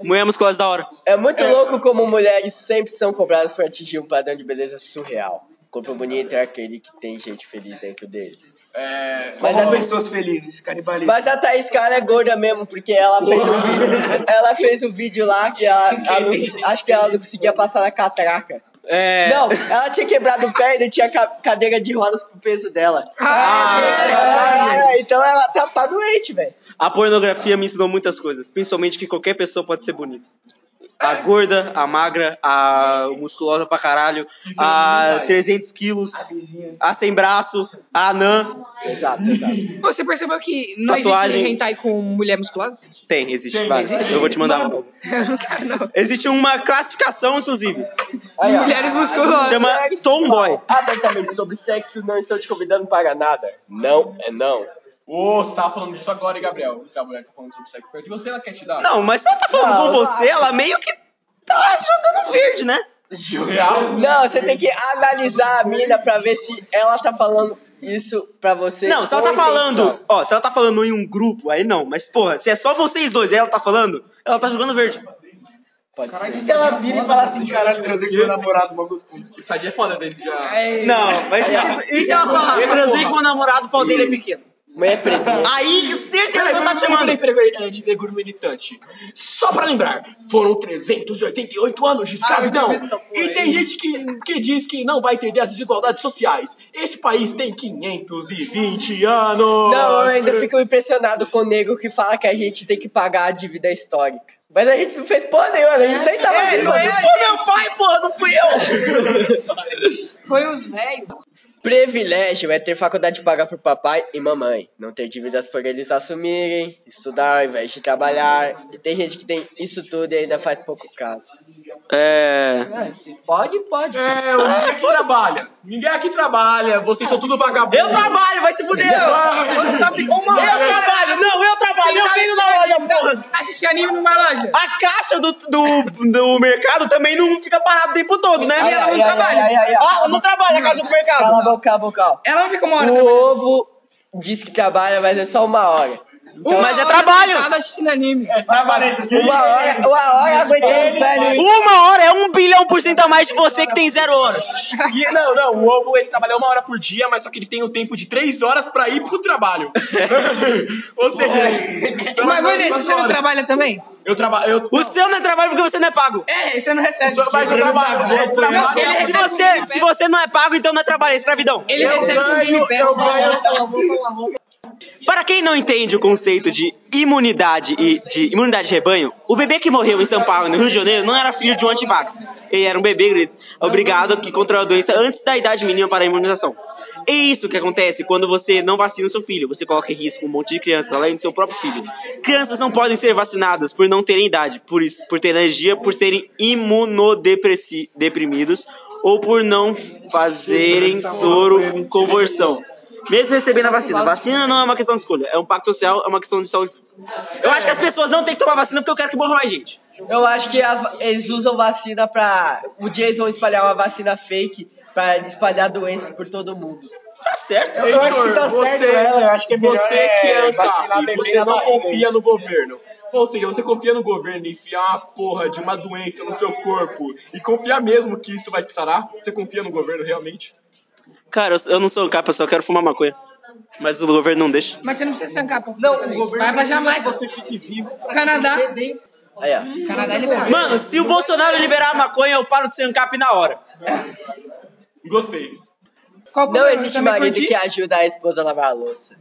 Mulher musculosa da hora. É muito louco como mulheres sempre são cobradas para atingir um padrão de beleza surreal. Corpo bonito é aquele que tem gente feliz dentro dele. É. Mas Só a, pessoas felizes, canibalismo. mas a Thaís Cara é gorda mesmo, porque ela fez um vídeo, ela fez um vídeo lá que ela, ela não cons- acho que ela não conseguia passar na catraca. É. Não, ela tinha quebrado perna e tinha ca- cadeira de rodas pro peso dela. Ah. Ah, então ela tá, tá doente, velho. A pornografia me ensinou muitas coisas, principalmente que qualquer pessoa pode ser bonita. A gorda, a magra, a musculosa pra caralho, a 300 quilos, a sem braço, a anã. Exato, exato. Você percebeu que não Tatuagem. existe hentai com mulher musculosa? Tem, existe Tem, vários. existe. Eu vou te mandar um. Eu não quero, não. Existe uma classificação, inclusive, Aí, ó. Mulheres musculosas. chama Tomboy. Ah, Abertamente sobre sexo, não estou te convidando para nada. Não é não. Ô, você tava falando disso agora, hein, Gabriel? Se a mulher tá falando sobre sexo perto de você, ela quer te dar. Não, mas se ela tá falando Não, com eu você, ela meio que tá jogando verde, né? Real? Não, você tem que analisar a mina pra ver se ela tá falando isso pra você. Não, se ela com tá falando, intenção. ó, se ela tá falando em um grupo, aí não, mas porra, se é só vocês dois e ela tá falando, ela tá jogando verde. Pode E ser. se ela vira e fala assim, caralho, transei com meu namorado, mal gostoso. Isso aí é foda desde já. É. é Não, mas e se Então, ela falar, transei com o namorado, o pau dele é pequeno. Mas é preto. Aí, certeza que ela tá te Peraí, chamando. peraí, peraí, peraí, de negro militante. Só pra lembrar, foram 388 anos de escravidão. e tem gente que, que diz que não vai entender as desigualdades sociais. Esse país tem 520 anos. Não, eu ainda fico impressionado com o nego que fala que a gente tem que pagar a dívida histórica. Mas a gente não fez porra nenhuma, a gente nem É, tava É, vivo. Foi meu pai, porra, não fui eu. Foi os velhos. Privilégio é ter faculdade paga por papai e mamãe. Não ter dívidas por eles assumirem, estudar ao invés de trabalhar. E tem gente que tem isso tudo e ainda faz pouco caso. É. Ah, se pode, pode. É, o- ninguém aqui trabalha. Ninguém aqui trabalha. Vocês são tudo vagabundo. Eu trabalho, vai se fuder. Eu é? trabalho, não, eu Tá trabalho, eu venho na loja, porra. Assistir tá anime numa loja. A caixa do, do, do mercado também não fica parada o tempo todo, né? é Ai, um Ela ai, não ai, trabalha. ai, ai, ai. Ah, ela não trabalha a caixa do Cala a mercado. boca, bocal. Ela não fica uma hora. O também. ovo diz que trabalha, mas é só uma hora. Uma Mas é hora trabalho. sentada assistindo anime. né? Uma hora, uma hora um aguentando o velho. Uma hora é um bilhão por cento a mais de você que tem zero horas. E- não, não, o ovo ele trabalha uma hora por dia, mas só que ele tem o tempo de três horas pra ir pro trabalho. Ou seja, são Mas, mais Vanessa, você não horas. trabalha também? Eu trabalho. Eu... O seu não é trabalho porque você não é pago. É, você não recebe. Só- mas eu trabalho. Eu trabalho. ele Se recebe um você, mini se você não é pago, então não é trabalho, é escravidão. Ele Eu recebe um ganho, mini eu ganho. Para quem não entende o conceito de imunidade e de imunidade de rebanho, o bebê que morreu em São Paulo, no Rio de Janeiro, não era filho de um antivax. Ele era um bebê gri- obrigado que contraiu a doença antes da idade mínima para a imunização. É isso que acontece quando você não vacina o seu filho. Você coloca em risco um monte de crianças, além do seu próprio filho. Crianças não podem ser vacinadas por não terem idade, por isso, por terem alergia, por serem imunodeprimidos ou por não fazerem soro conversão. Mesmo recebendo a vacina. Vacina não é uma questão de escolha, é um pacto social, é uma questão de saúde. Eu acho que as pessoas não têm que tomar vacina porque eu quero que morra mais gente. Eu acho que a- eles usam vacina pra. O Jason vão espalhar uma vacina fake pra espalhar doenças por todo mundo. Tá certo. Eu acho que tá certo ela, eu acho que é melhor Você que é vacinar ANCAP, bebê você na não barriga. confia no governo. Ou seja, você confia no governo e enfiar uma porra de uma doença no seu corpo e confiar mesmo que isso vai te sarar? Você confia no governo realmente? Cara, eu, eu não sou um capa, eu só quero fumar maconha. Mas o governo não deixa. Mas você não precisa sancar pra Não, fazer o isso. governo Vai pra precisa Jamaica. que você fique vivo. Canadá. Aí, ó. Canadá é liberado. Mano, se o Bolsonaro liberar a maconha, eu paro de ser ANCAP na hora. Gostei. Qual Não governo? existe Também marido curti? que ajuda a esposa a lavar a louça,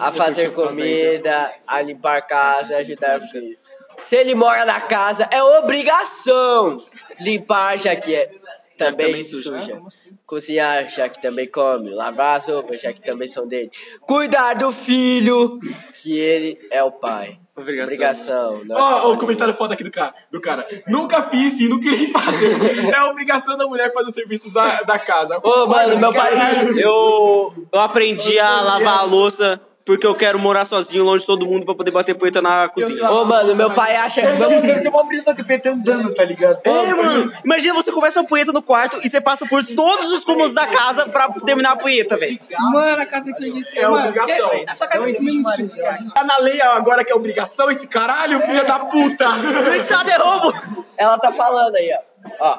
a fazer comida, a limpar a casa, a ajudar o filho. Se ele mora na casa, é obrigação limpar, já que é também, também suja. suja. Cozinhar, já que também come. Lavar as roupas, já que também são dele. Cuidar do filho, que ele é o pai. Obrigação. Obrigação. não é Ó, o trabalho. comentário foda aqui do cara, do cara. Nunca fiz e nunca irei fazer. É a obrigação da mulher fazer os serviços da, da casa. Ô, mano, meu pai. Eu, eu aprendi a lavar a louça porque eu quero morar sozinho, longe de todo mundo, pra poder bater poeta na cozinha. Ô, mano, meu pai acha que. Deve ser uma brisa bater PT andando, tá ligado? É, mano, imagina você começa a punheta no quarto e você passa por todos os cômodos da casa pra terminar a punheta, velho. Mano, a casa que eu disse. É mano, obrigação. você- A sua casa é muito suja. Tá na lei agora que é obrigação esse caralho, filha da puta. O Estado é roubo! Ela tá falando aí, ó. Ó,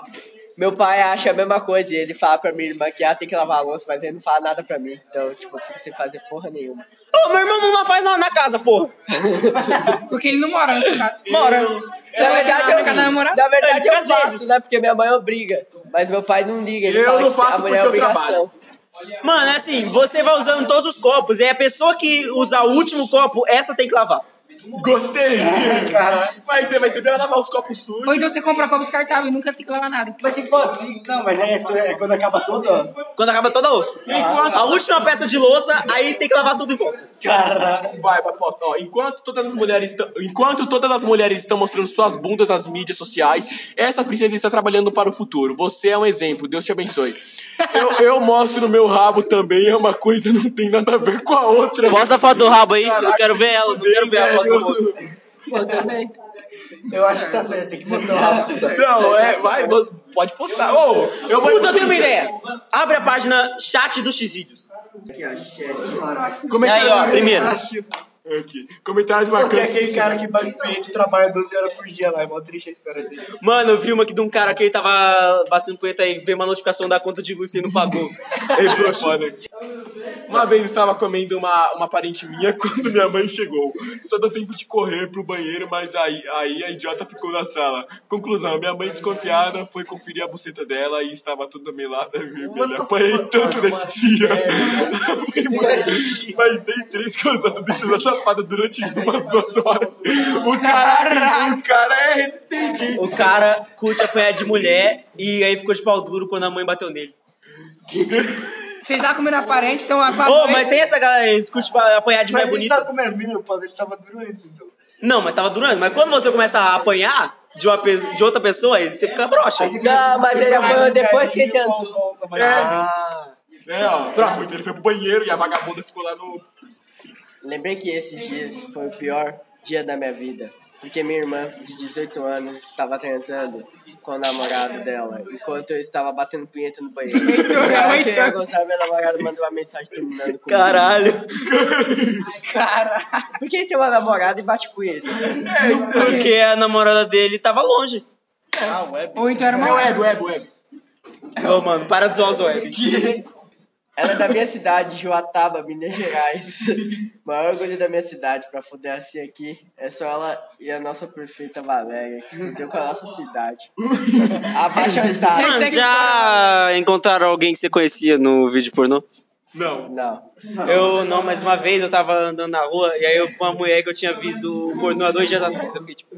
Meu pai acha a mesma coisa e ele fala pra minha irmã que ela tem que lavar a louça, mas ele não fala nada pra mim. Então, tipo, eu fico sem fazer porra nenhuma. Ô, meu irmão não faz nada na casa, porra! Porque ele não mora nessa casa. Mora. É, Na verdade, eu, cada namorado. na verdade, eu Às faço, vezes. né? Porque minha mãe obriga. Mas meu pai não liga. Ele Eu fala não que faço a mulher é porque eu obrigação. Mano, é assim, você vai usando todos os copos, e a pessoa que usar o último copo, essa tem que lavar. Gostei. Mas você vai sempre lavar os copos sujos. Ou então você compra copo descartável e nunca tem que lavar nada. Mas se for assim, não, mas é, é quando acaba tudo, ó. Quando acaba toda a louça. A última peça de louça, aí tem que lavar tudo de volta. Caralho. Vai, vai, ó, ó, enquanto todas as mulheres estão, enquanto todas as mulheres estão mostrando suas bundas nas mídias sociais, essa princesa está trabalhando para o futuro. Você é um exemplo. Deus te abençoe. Eu, eu mostro o meu rabo também, é uma coisa não tem nada a ver com a outra. Posta a foto do rabo aí, eu Caraca, quero ver ela, não quero ver a foto do moço. velho. Eu também. Eu acho que tá certo, tem que mostrar o rabo. Não, é, vai, mo- pode postar. Ô, eu vou Puta, eu tenho uma ideia. Abre a página chat dos X-Vídeos. Aí, Comentários ó, primeiro. Aqui. Comentários Porque é marcantes. aquele cara que paga peito e trabalha 12 horas por dia lá, é mó triste a história dele. Mano, eu vi uma aqui de um cara que ele tava batendo punheta e veio uma notificação da conta de luz que ele não pagou. Ele foi foda. Uma vez eu estava comendo uma, uma parente minha quando minha mãe chegou. Só deu tempo de correr pro banheiro, mas aí, aí a idiota ficou na sala. Conclusão, minha mãe desconfiada foi conferir a buceta dela e estava toda melada. né? Me apanhei tanto nesse dia. mas dei três cozadinhas na safada durante umas duas horas. O cara, o cara é resistente. hein? O cara curte apanhar de mulher e aí ficou de pau duro quando a mãe bateu nele. Vocês lá tá comendo a parente, estão a Ô, quatro. mas tem essa galera, eles curtem pa- apanhar de mulher Mas tá ele bonita. tava comendo milho, pô, ele tava duro antes, então. Não, mas tava durando. Mas quando você começa a apanhar de, uma pe- de outra pessoa, aí você fica broxa. Não, mas ele apanhou depois que ele transou. É. Ah. É, ó. Próximo, ele foi pro banheiro e a vagabunda ficou lá no Lembrei que esses dias foi o pior dia da minha vida. Porque minha irmã, de 18 anos, estava transando com o namorado dela, enquanto eu estava batendo punheta no banheiro. então Ela Heitor. queria gozar, meu namorado mandou uma mensagem terminando comigo. Caralho. Por que tem uma namorada e bate punheta? Porque a namorada dele tava longe. Ou então era uma. web, web. Ô, mano, para de zoar os web. Ela é da minha cidade, Joataba, Minas Gerais. O maior orgulho da minha cidade pra fuder assim aqui é só ela e a nossa prefeita Valéria, que fudeu com a nossa cidade. Abaixa o Estado. Mas já encontraram alguém que você conhecia no vídeo pornô? Não. Não. Eu não, mas uma vez eu tava andando na rua e aí eu vi uma mulher que eu tinha visto pornô há dois dias atrás. Eu fiquei tipo.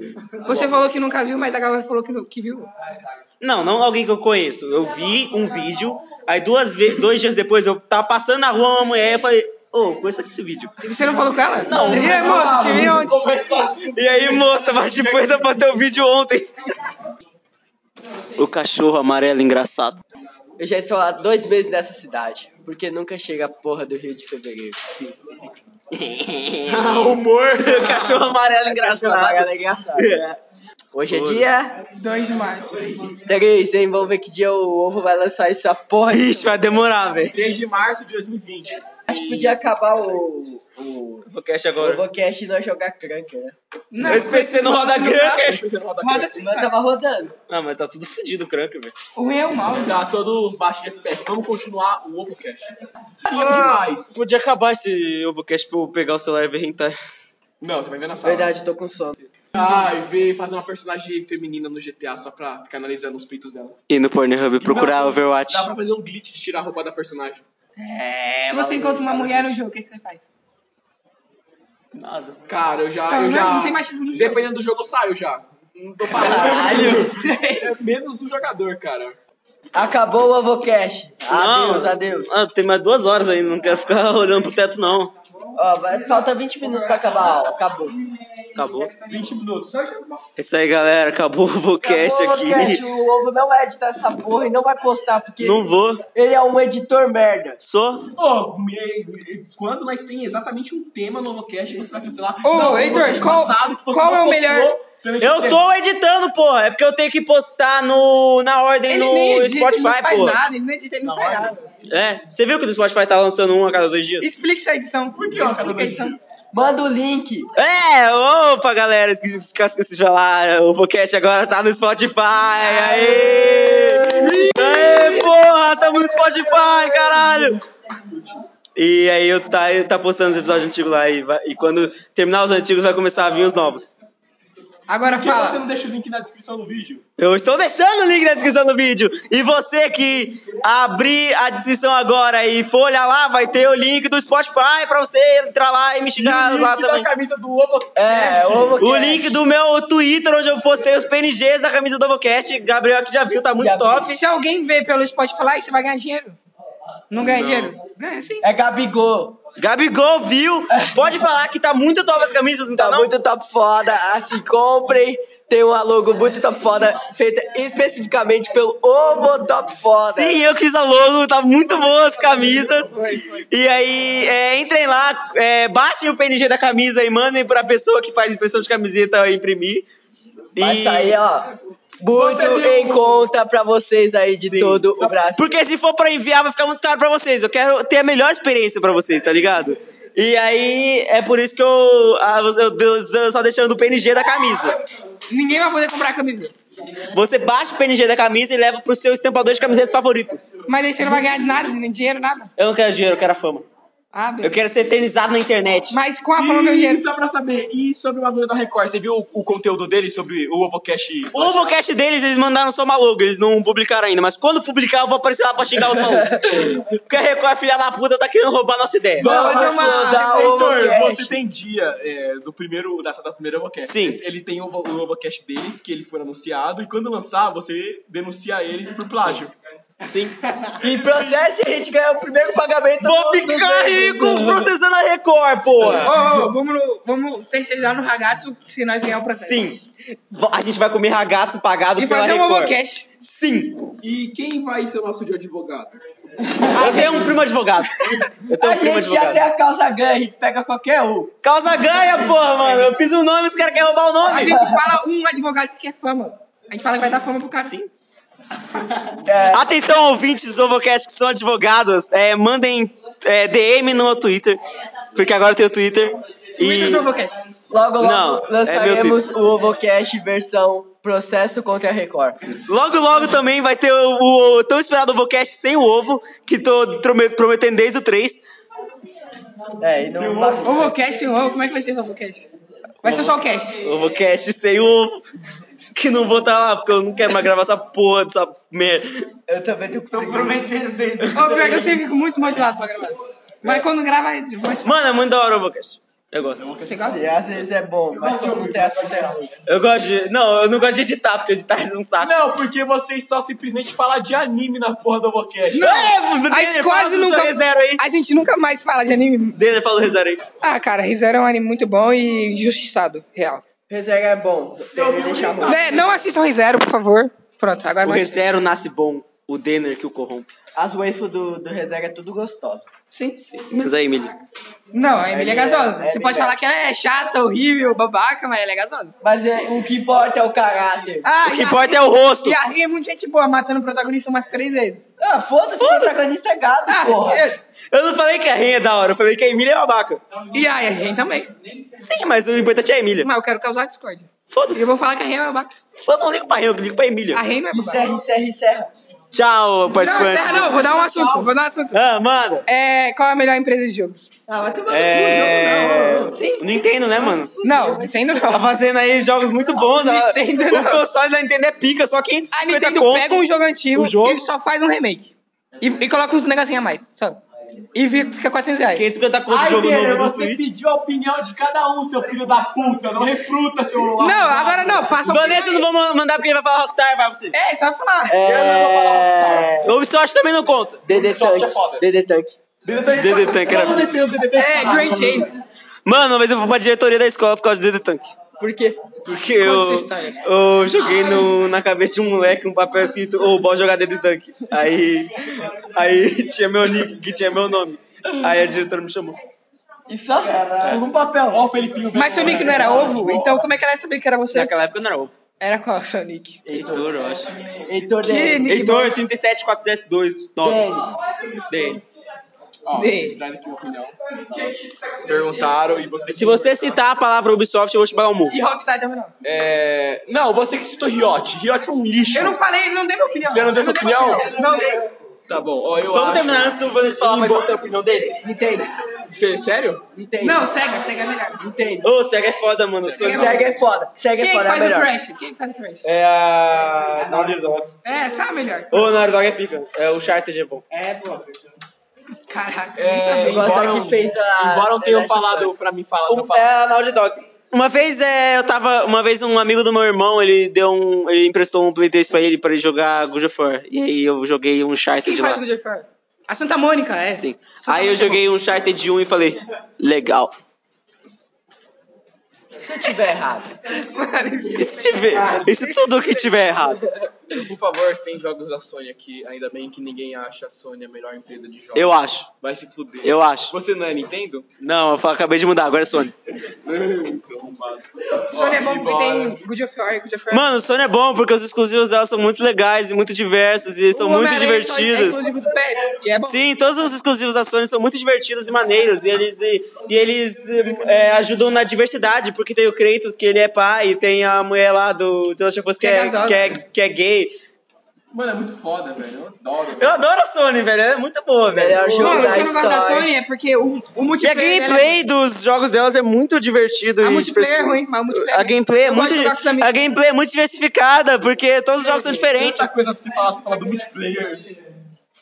Você falou que nunca viu, mas a galera falou que, não- que viu. Não, não alguém que eu conheço. Eu vi um vídeo, aí duas vezes, dois dias depois eu tava passando na rua uma mulher e falei, ô, conheço aqui esse vídeo. E você não falou com ela? Não. E aí, moço, te vi ontem. E aí, moça, bate punheta pra ter o vídeo ontem. O cachorro amarelo engraçado. Eu já estou há dois meses nessa cidade, porque nunca chega a porra do Rio de Fevereiro. Sim. Ah, Humor, cachorro amarelo engraçado. Ela é engraçada. Hoje é dia 2 de março. 3, hein? Vamos ver que dia o ovo vai lançar essa porra. Ixi, vai demorar, velho. 3 de março de 2020. Acho que podia acabar o. o... Vou cast O agora. Ovocast e nós jogar cranker, né? Não, Mas PC não roda cranker. roda assim. Mas tava rodando. Ah, mas tá tudo fudido o cranker, velho. O ruim é o mal. Tá todo baixo de FPS. Vamos continuar o Opocast. Carinha demais. Podia acabar esse Obocast pra eu pegar o celular e ver hentai. Não, você vai ver na sala. Verdade, eu tô com sono. Ai, ver fazer uma personagem feminina no GTA só pra ficar analisando os peitos dela. E no Pornhub procurar Não, Overwatch. Dá pra fazer um glitch de tirar a roupa da personagem. Se você encontra uma mulher no jogo, o que, que você faz? Nada. Cara, é eu já. Tá, eu mas já não tem machismo no jogo. Dependendo do jogo, eu saio já. Não tô falando. É menos um jogador, cara. Acabou o Ovocast. Adeus, adeus. Ah, tem mais duas horas ainda, não quero ficar olhando pro teto, não. Ó, vai- falta 20 minutos pra acabar a aula. Acabou. Acabou. 20 minutos. É isso aí, galera. Acabou o Obocast Acabou o aqui. Ovocast. O Ovo não vai editar essa porra e não vai postar, porque Não vou. ele é um editor merda. Sou. Ô, me- quando nós tem exatamente um tema no Ovocast, você vai cancelar. Ô, Não, Heitor, você qual- passado que você qual não é o postou melhor- durante o Eu tema. tô editando, porra. É porque eu tenho que postar no, na ordem Ele no nem edita, ele não Spotify, faz porra. nada, ele não edita, ele não, faz nada. É. Você viu que no Spotify tá lançando um a cada dois dias? Explique sua edição. Por que, ó, cada Explica a dois edição. Manda o link. É, opa, galera. Esqueci, esqueci, esqueci de falar. O podcast agora tá no Spotify. Aê! Aê, porra! Tamo no Spotify, caralho! E aí eu tá, eu tá postando os episódios antigos lá e, vai- e quando terminar os antigos vai começar a vir os novos. Agora Por que você fala. não deixa o link na descrição do vídeo? Eu estou deixando o link na descrição do vídeo. E você que abrir a descrição agora e for olhar lá, vai ter o link do Spotify pra você entrar lá e me xingar e o lá link também. da camisa do Ovocast. É, o Ovocast. O link do meu Twitter, onde eu postei os PNGs da camisa do Ovocast. Gabriel que já viu, tá muito Já vi. top. Se alguém vê pelo Spotify, você vai ganhar dinheiro. Não ganha dinheiro? Ganha sim. É Gabigol. Gabigol viu. Pode falar que tá muito top as camisas, então Tá não? muito top foda. Assim, comprem. Tem uma logo muito top foda, feita especificamente pelo Ovo Top Foda. Sim, eu fiz a logo, tá muito boa as camisas. E aí, é, entrem lá, é, baixem o PNG da camisa e mandem pra pessoa que faz impressão de camiseta imprimir. Vai E- sair, ó. Muito em conta pra vocês aí de Sim. todo Só- o Brasil. Porque se for pra enviar, vai ficar muito caro pra vocês. Eu quero ter a melhor experiência pra vocês, tá ligado? E aí, é por isso que eu, ah, eu, eu- eu só deixando o PNG da camisa. Ninguém vai poder comprar a camisa. Você baixa o PNG da camisa e leva pro seu estampador de camisetas favorito. Mas aí você não vai ganhar nada, nem dinheiro, nada. Eu não quero dinheiro, eu quero a fama. Ah, Eu beleza. quero ser eternizado na internet. Mas com a forma meu E dinheiro. só é pra saber, e sobre o bagulho da Record, você viu o, o conteúdo dele sobre o Ovocast? O podcast deles, eles mandaram só uma logo, eles não publicaram ainda, mas quando publicar eu vou aparecer lá pra xingar os malucos. Porque a Record, filha da puta, tá querendo roubar a nossa ideia. Não, Não, mas é uma- foda, é um Heitor, Ovocast. você tem dia é, do primeiro, da, da primeira Ovocast. Sim. Eles- Ele tem o, o Ovocast deles, que eles foram anunciados, e quando lançar, você denuncia eles por plágio. Sim. E processo e a gente ganha o primeiro pagamento Vou do- do ficar serviço. rico processando a Record, porra. Ô, ô, vamos, no- vamos festejar no ragazzo se nós ganhar o processo. Sim. Va- A gente vai comer ragazzo pagado E pela fazer um Record. Ovocast. Sim. E quem vai ser o nosso dia advogado? Eu tenho um primo advogado. Eu tenho A um primo gente já tem advogado. a calça ganha, a gente pega qualquer um. Causa ganha, porra, mano. Eu fiz um nome, os caras querem roubar o A nome. gente fala um advogado que quer fama. A gente fala que vai dar fama pro cara. Sim. É, Atenção, ouvintes do Ovocast que são advogados. É, mandem é, DM no meu Twitter. Porque agora eu tenho Twitter. Twitter E... do Ovocast. logo, logo Não, é meu lançaremos o Ovocast versão Processo contra a Record. Logo, logo também vai ter o, o- o tão esperado Ovocast sem o ovo, que tô trome- prometendo desde o 3. É, e não vai- Ovocast sem ovo, como é que vai ser o Ovocast? Vai ser só o cast. Ovocast sem o ovo. Que não vou estar lá, porque eu não quero mais gravar essa porra dessa merda. Eu também tenho Tô prometendo desde Ô, pior que eu sempre fico muito desmotivado pra gravar. Mas quando grava, é de voz. Mano, é muito da hora o Ovocast. Eu gosto. Você gosta? E às vezes é bom, mas quando tem assunto é ruim. Eu gosto de. Não, eu não gosto de editar, porque editar é um saco. Ah, Não, porque vocês só simplesmente falam de anime na porra do Ovocast. Não, É, a Denner, fala gente quase do seu nunca. ReZero aí. A gente nunca mais fala de anime. Denner fala o Rezero aí. Ah, cara, Rizero é um anime muito bom e injustiçado, real. Reserva é bom, tem que deixar ruim. Né, não assistam Rizero, por favor. Pronto, agora O vai. Rezero nasce bom, o Denner que o corrompe. As waifus do, do reserva é tudo gostosa. Sim, sim. Mas aí, Emily. Não, a Emília é gasosa. é Você pode bem falar que ela é chata, horrível, babaca, mas ela é gasosa. Mas é- o que importa é o caráter. Ah, O que e a- importa é o rosto. E a Ria é muito gente boa, matando o protagonista umas três vezes. Ah, foda-se, o protagonista é gado, Ah, porra. Eu não falei que a Ren é da hora, eu falei que a Emília é babaca. e, e a Ria também. Sim, mas o importante é a Emília. Mas eu quero causar discórdia. Foda-se. Eu vou falar que a Ria é babaca. Eu não ligo pra Ren, eu ligo pra Emília. A Ria não é babaca. Encerra, encerra, encerra. Tchau, Não, participantes. encerra não, vou dar um assunto, vou dar um assunto. Ah, manda. É, qual é a melhor empresa de jogos? Ah, vai tomar É... no cu, jogo não. Sim. Nintendo, né, mano? Não, Nintendo Tá não. fazendo aí jogos muito bons. ela- Nintendo O não. console da Nintendo é pica, só A 550 Nintendo conto. pega um jogo antigo o jogo. e só faz um remake. E, e coloca uns negocinhos a mais, sabe? E vi- fica 400 reais. 550 conto o Ai, jogo Pedro, novo do você Switch. pediu a opinião de cada um, seu filho da puta. Não refruta, seu Não, agora não, passa um o Vanessa eu não vou ma- mandar porque ele vai falar Rockstar, vai você. É, só falar. É... Ubisoft também não conta. DD Ubisoft é Tank, foda. DD Tank. DD Tank era... Eu não defendo o DDT. É, Grand Chase. Mano, mas eu vou pra diretoria da escola por causa do DD Tank. Por quê? Porque eu, sua história. eu joguei no- na cabeça de um moleque um papel escrito, ô, bora jogar DD Tank. Aí, aí tinha meu nick, que tinha meu nome. Aí a diretora me chamou. E só? Por um papel. Ó, o Felipinho. Mas seu nick não era ovo? Então como é que ela ia saber que era você? Naquela época eu não era ovo. Era qual seu nick? Heitor, eu acho. Heitor Que DN. nick Heitor, 37402, 9. DN. Ó, Ei. traz aqui a opinião. Perguntaram e você... Se você citar a palavra Ubisoft, eu vou te pagar um murro. E Rockstar também não. É... Não, você que citou Riot. Riot é um lixo. Eu não falei, não dei minha opinião. Você não deu Eu sua dei minha opinião? Não dei. Tá bom, ó, eu Vamos acho... terminar antes do Vanessa falar mais outra opinião dele. Entende? Cê- sério? Entende? Não, cega, cega é melhor. Entende? Ô, Sega é foda, mano. Sega Sega- Segue é foda, segue Quem é é que foda, é faz o melhor. Crash? Quem é que faz o Crash? É a... Naughty Dog. É, sabe melhor. Ô, Naughty Dog é pica. É, o Charter é bom. Caraca, nem É, sabia. igual- embora, que fez Ah, a- embora é, não The tenham Last of falado Us. pra mim falar, não O- falar. é a Naughty Dog. Uma vez é, eu tava. Uma vez um amigo do meu irmão, ele deu um. Ele emprestou um Play 3 pra ele pra ele jogar God of War. E aí eu joguei um Charter Quem de faz lá. o God of War? A Santa Mônica, é. Sim. Santa Aí eu Mônica é joguei um Charter de 1 e falei, legal. Se eu tiver errado. bom. Mano, isso- Isso, tiver, Ah, isso tudo que tiver errado. Por favor, sem jogos da Sony aqui. Ainda bem que ninguém acha a Sony a melhor empresa de jogos. Eu acho, Vai se fuder. eu acho. Você não é Nintendo? Não, eu fa- acabei de mudar, agora é Sony. Seu arrombado. Sony é Ó, bom porque embora. tem God of War e God of War. Mano, Sony é bom porque os exclusivos dela são muito legais e muito diversos e são O muito Homem-Aranha só É divertidos. exclusivo do PS. E é bom. Sim, todos os exclusivos da Sony são muito divertidos e maneiros, e eles, e, e eles é, ajudam na diversidade, porque tem o Kratos, que ele é pai, e tem a mulher lá do The Last of Us, que, Que é é, gasosa. que, é, que é gay. Mano, é muito foda, velho. Eu adoro. velho. Eu adoro a Sony, velho, ela é muito boa, velho. Melhor jogo Mano, o que da eu não gosto da história. Sony é porque o, o E a multiplayer. dela é gameplay dos jogos delas é muito divertido. A e multiplayer é diversi- ruim, mas o multiplayer A é bom. gameplay é Eu muito, gosto de jogar com os amigos. a gameplay é muito diversificada, porque todos os jogos são diferentes. Tanta coisa pra você falar, você fala do multiplayer.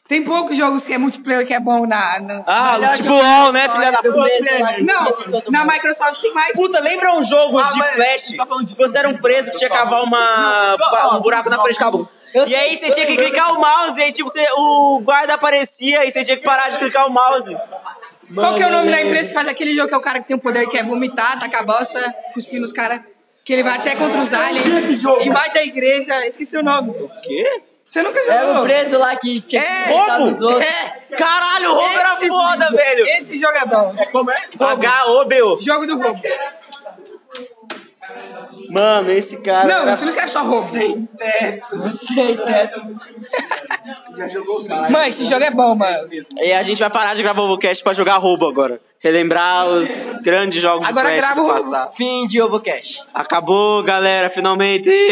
Tem poucos jogos que é multiplayer que é bom na. na- Ah, Melhor tipo jogo LOL, né, filha da do puta? mês, lá, né? que todo não, mundo. na Microsoft tem mais. Puta, lembra um jogo Ah, de mas- Flash? tá falando que de- Você era um preso que tinha que cavar uma, Não, pa- não, um buraco na não, frente de cabo. eu E aí você sei, eu tinha que lembro. clicar o mouse, e aí tipo, você- o guarda aparecia e você tinha que parar de clicar o mouse. Qual que é o nome da empresa que faz aquele jogo que é o cara que tem o poder que é vomitar, tacar bosta, cuspir nos caras? Que ele vai até contra os aliens e vai da igreja. Esqueci o nome. é O quê? É, Você nunca jogou? Era É o preso lá que tinha que É, botar Roubo? nos outros. É! Caralho, o roubo era Esse foda, jogo- velho! Esse jogo é bom. Como é? H-O-B-O. Jogo do roubo. Mano, esse cara. Não, você não escreve só roubo. Já jogou o caralho. Mano, esse jogo é bom, mano. E a gente vai parar de gravar o Ovocast pra jogar roubo agora. Relembrar os grandes jogos Agora do Flash grava do o Roubo. passado. Fim de Ovocash. Acabou, galera, finalmente!